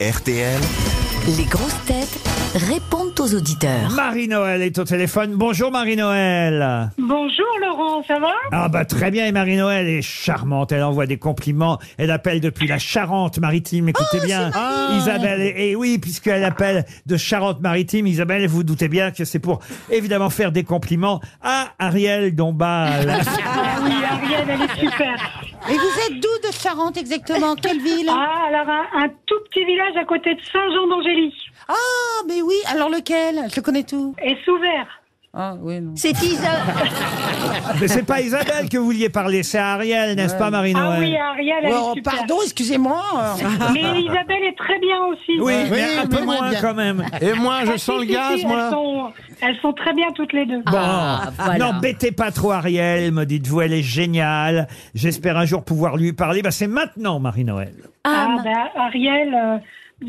RTL. Les grosses têtes répondent aux auditeurs. Marie-Noël est au téléphone. Bonjour Marie-Noël. Bonjour Laurent, ça va Ah bah très bien et Marie-Noël est charmante. Elle envoie des compliments. Elle appelle depuis la Charente-Maritime. Écoutez bien, Isabelle. Et, et oui, puisqu'elle appelle de Charente-Maritime, Isabelle, vous doutez bien que c'est pour évidemment faire des compliments à Ariel Dombal. Ah oui, Ariel, elle est super. Et vous êtes d'où de Charente exactement Quelle ville Ah, alors un, un tout petit village à côté de Saint-Jean-d'Angély Ah, mais oui, alors lequel Je connais tout. et Souvert. Ah, oui, non. C'est Isa. Mais c'est pas Isabelle que vous vouliez parler, c'est à Ariel, n'est-ce pas Ah Marie-Noël oui, Ariel, elle Oh, est super. Oh, pardon, excusez-moi. Mais Isabelle est très bien aussi. Oui, Ah, mais Oui, un mais peu moins moins bien. quand même. Et moi, si, je sens le si, gaz, si, moi. Elles sont, elles sont très bien toutes les deux. Bon, voilà. n'embêtez pas trop Ariel, me dites-vous, elle est géniale. J'espère un jour pouvoir lui parler. Bah, c'est maintenant, Marie-Noël. Ah, bah, Ariel, euh,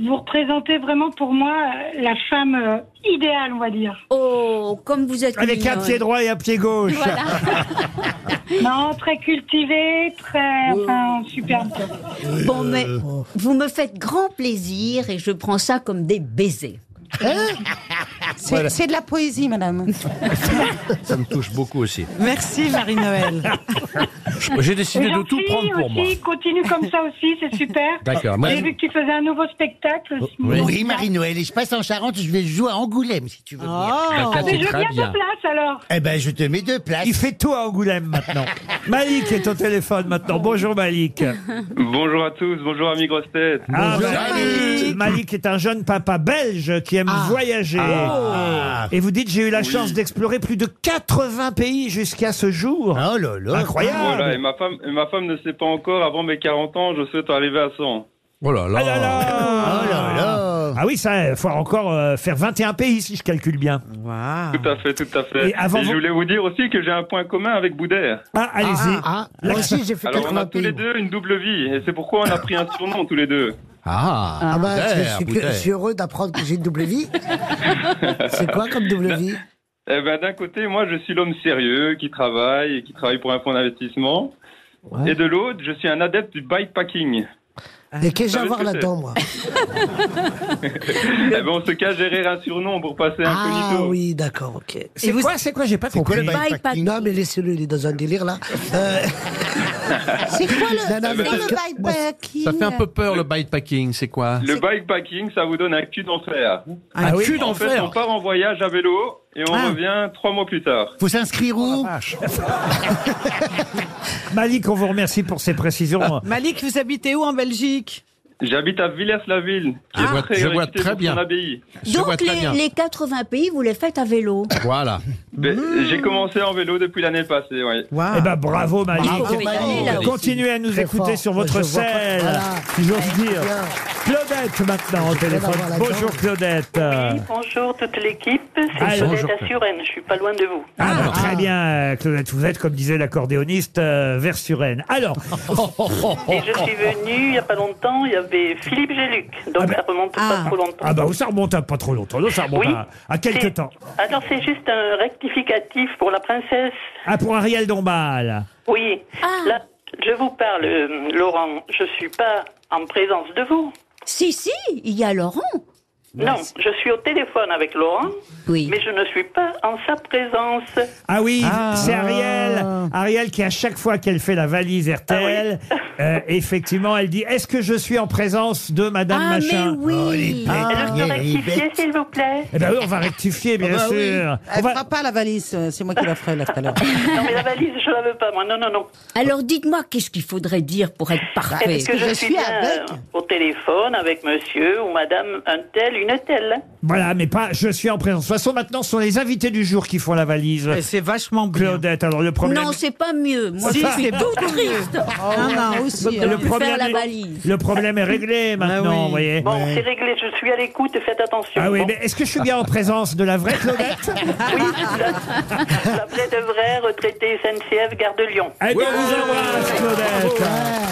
vous représentez vraiment pour moi euh, la femme euh, idéale, on va dire. Oh, comme vous êtes. Avec un mignonne. pied droit et un pied gauche. Non, très cultivée, très. Enfin, superbe. Bon, mais Euh. vous me faites grand plaisir et je prends ça comme des baisers. C'est c'est de la poésie, madame. Ça me touche beaucoup aussi. Merci Marie-Noël. J'ai décidé de Jean-Pierre tout prendre pour moi. aussi, continue comme ça aussi, c'est super. D'accord. moi, J'ai vu que tu faisais un nouveau spectacle. Oui. Oui, Marie-Noël, et je passe en Charente, je vais jouer à Angoulême, si tu veux venir. Ah, mais c'est je veux très bien bien. ta place alors. Eh ben, je te mets deux places. Il fait tout à Angoulême maintenant. Malik est au téléphone maintenant. Bonjour Malik. Bonjour à tous, bonjour amis grosses têtes. Ah, Malik. Malik est un jeune papa belge qui aime voyager. Ah. Et vous dites, j'ai eu la chance d'explorer plus de 80 pays jusqu'à ce jour. Ah. Oh là là. Voilà, et Incroyable. ma femme, et ma femme ne sait pas encore, avant mes 40 ans, je souhaite arriver à 100. Oh là là. Ah là là. Oh là là. Ah oui, ça, il faut encore euh, faire 21 pays si je calcule bien. Tout à fait, tout à fait. Et avant vous- je voulais vous dire aussi que j'ai un point commun avec Boudère. Ah, allez-y. Ah, ah, moi aussi, j'ai fait Alors on 80 a tous les pays. deux une double vie, et c'est pourquoi on a pris un surnom tous les deux. Ah, Ah bah, Boudère, je, suis, Boudère. je suis heureux d'apprendre que j'ai une double vie. C'est quoi comme double vie Eh ben d'un côté, moi je suis l'homme sérieux qui travaille et qui travaille pour un fonds d'investissement. Et de l'autre, je suis un adepte du bikepacking. Et qu'est-ce que j'ai à savez voir ce que là-dedans, moi Eh ben on se cache derrière un surnom pour passer incognito. Ah oui, d'accord, ok. C'est quoi, c'est quoi J'ai pas compris. Bikepacking. Non, mais laissez-le, il est dans un délire, là. Euh, C'est quoi le, Non, non, c'est mais quoi parce le que- euh, moi, bikepacking Ça fait un peu peur le bikepacking, c'est quoi Le bikepacking, ça vous donne un cul d'enfer. Un cul En fait, d'enfer. on part en voyage à vélo et on Ah. revient trois mois plus tard. Faut s'inscrire où Malik, on vous remercie pour ces précisions. Ah. Malik, vous habitez où en Belgique J'habite à Villers-la-Ville. qui est Je vois- très Ah. je vois réputée très pour bien. son abbaye. Je vois Donc très les, bien. les 80 pays, vous les faites à vélo. Ah, Voilà. Ben, Mmh. J'ai commencé en vélo depuis l'année passée, ouais. Eh ben bravo Malik. Bravo, Malik. Malik. Continuez à nous Ah, Très écouter fort. sur votre Je vois pas- selle, Voilà. si j'ose dire. Bien. Claudette maintenant au téléphone. avoir la Bonjour jambe. Claudette. Ah, Bonjour toute l'équipe, Ah, c'est Claudette bonjour. à Suresnes, je suis pas loin de vous. bah, très bien euh, Claudette, vous êtes comme disait l'accordéoniste euh, vers Suresnes. Alors, Et je suis venue il n'y a pas longtemps, il y avait Philippe Géluc, donc ça remonte pas trop longtemps. ah bah ça remonte à pas trop longtemps, non, ça remonte Oui. à, à quelques C'est- temps. Alors c'est juste un rectificatif pour la princesse. Ah pour Ariel Dombal. Oui, là je vous parle, euh, Laurent, je suis pas en présence de vous. Si, si, il y a Laurent. Non, je suis au téléphone avec Laurent, Oui. mais je ne suis pas en sa présence. Ah oui, c'est Ariel. Ah. Ariel qui, à chaque fois qu'elle fait la valise RTL, euh, effectivement, elle dit Est-ce que je suis en présence de Madame Ah, mais Machin Oh, oui. Ah. Je peux rectifier s'il vous plaît. Eh bien, oui, on va rectifier, bien bah oui. sûr. Euh, On Elle va- fera pas la valise, euh, c'est moi qui la ferai là tout à l'heure. Non mais la valise je la veux pas moi, non non non. Alors dites-moi, qu'est-ce qu'il faudrait dire pour être parfait Est-ce que Ah, je, suis, bien avec euh, au téléphone avec monsieur ou madame un tel, une telle Voilà, mais pas je suis en présence. De toute façon, maintenant, ce sont les invités du jour qui font la valise. Et C'est vachement bien. Claudette, alors le problème. Non, c'est pas mieux. Moi, Si, je c'est suis tout beaucoup triste. Oh, Ah non, aussi. hein. de le plus faire la est- valise. le problème est réglé maintenant, oui. vous voyez. Bon, c'est réglé, je suis à l'écoute, faites attention. Ah oui, Bon, mais est-ce que je suis bien en présence de la vraie Claudette La vraie de vraie, retraité SNCF, Gare de Lyon. Eh bien, vous embrasse, Claudette.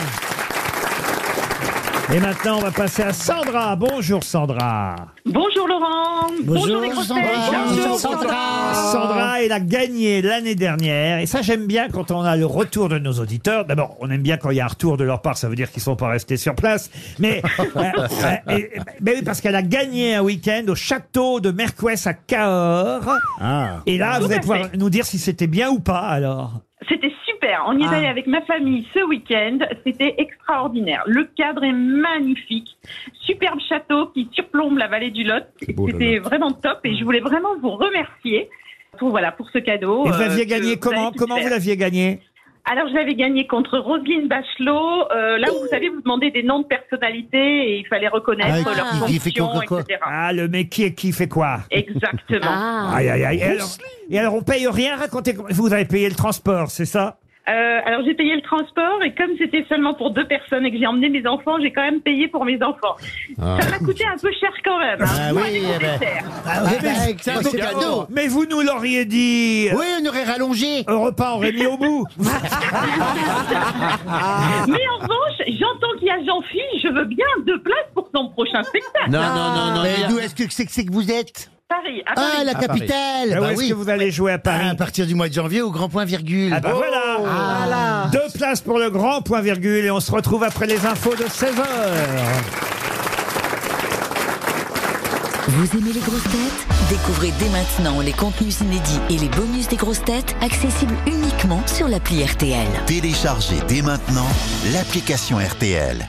Et maintenant, on va passer à Sandra. Bonjour Sandra. Bonjour Laurent. Bonjour, les grosses Sandra. têtes. Bonjour, Sandra, elle a gagné l'année dernière. Et ça, j'aime bien quand on a le retour de nos auditeurs. D'abord, on aime bien quand il y a un retour de leur part. Ça veut dire qu'ils sont pas restés sur place. Mais, euh, euh, et- mais oui, parce qu'elle a gagné un week-end au château de Mercouès à Cahors. Ah. Et là, Tout vous allez à pouvoir nous dire si c'était bien ou pas, alors. C'était super. On y est Ah. allé avec ma famille ce week-end. C'était extraordinaire. Le cadre est magnifique. Superbe château qui surplombe la vallée du Lot. Oh beau, le C'était vraiment top et je voulais vraiment vous remercier pour, voilà, pour ce cadeau. Et vous euh, aviez que gagné vous avez comment pu Comment faire. vous l'aviez gagné Alors, je l'avais gagné contre Roselyne Bachelot. Euh, là, vous savez, vous demandez des noms de personnalités et il fallait reconnaître Ah, leur qui- qui fait fonction, quoi, quoi, quoi etc. Ah, le mec qui est qui fait quoi Exactement. Ah. Aïe, aïe, aïe. Et alors, et alors, on paye rien Racontez, comment- vous avez payé le transport, c'est ça Euh, alors j'ai payé le transport et comme c'était seulement pour deux personnes et que j'ai emmené mes enfants, j'ai quand même payé pour mes enfants. Ça m'a coûté un peu cher quand même. hein. Ah Moi, oui, j'ai eh mon ben. dessert. Ah oui, bah, ça, c'est cadeau. Mais vous nous l'auriez dit Oui, Ah, on aurait rallongé. Europa aurait mis au bout. Mais en revanche, j'entends qu'il y a Jean-Philippe, je veux bien deux places pour son prochain spectacle. Non, non, non, non. il y Mais a- d'où est-ce que c'est que, c'est que vous êtes Paris, à Paris. Ah, la À Paris. capitale. Ah, où Bah est-ce oui. que vous allez jouer à Paris Ah, Oh. à partir du mois de janvier au grand point virgule. Ah bah voilà Deux places pour le grand point virgule et on se retrouve après les infos de 16h. Vous aimez les grosses têtes Découvrez dès maintenant les contenus inédits et les bonus des grosses têtes accessibles uniquement sur l'appli RTL. Téléchargez dès maintenant l'application RTL.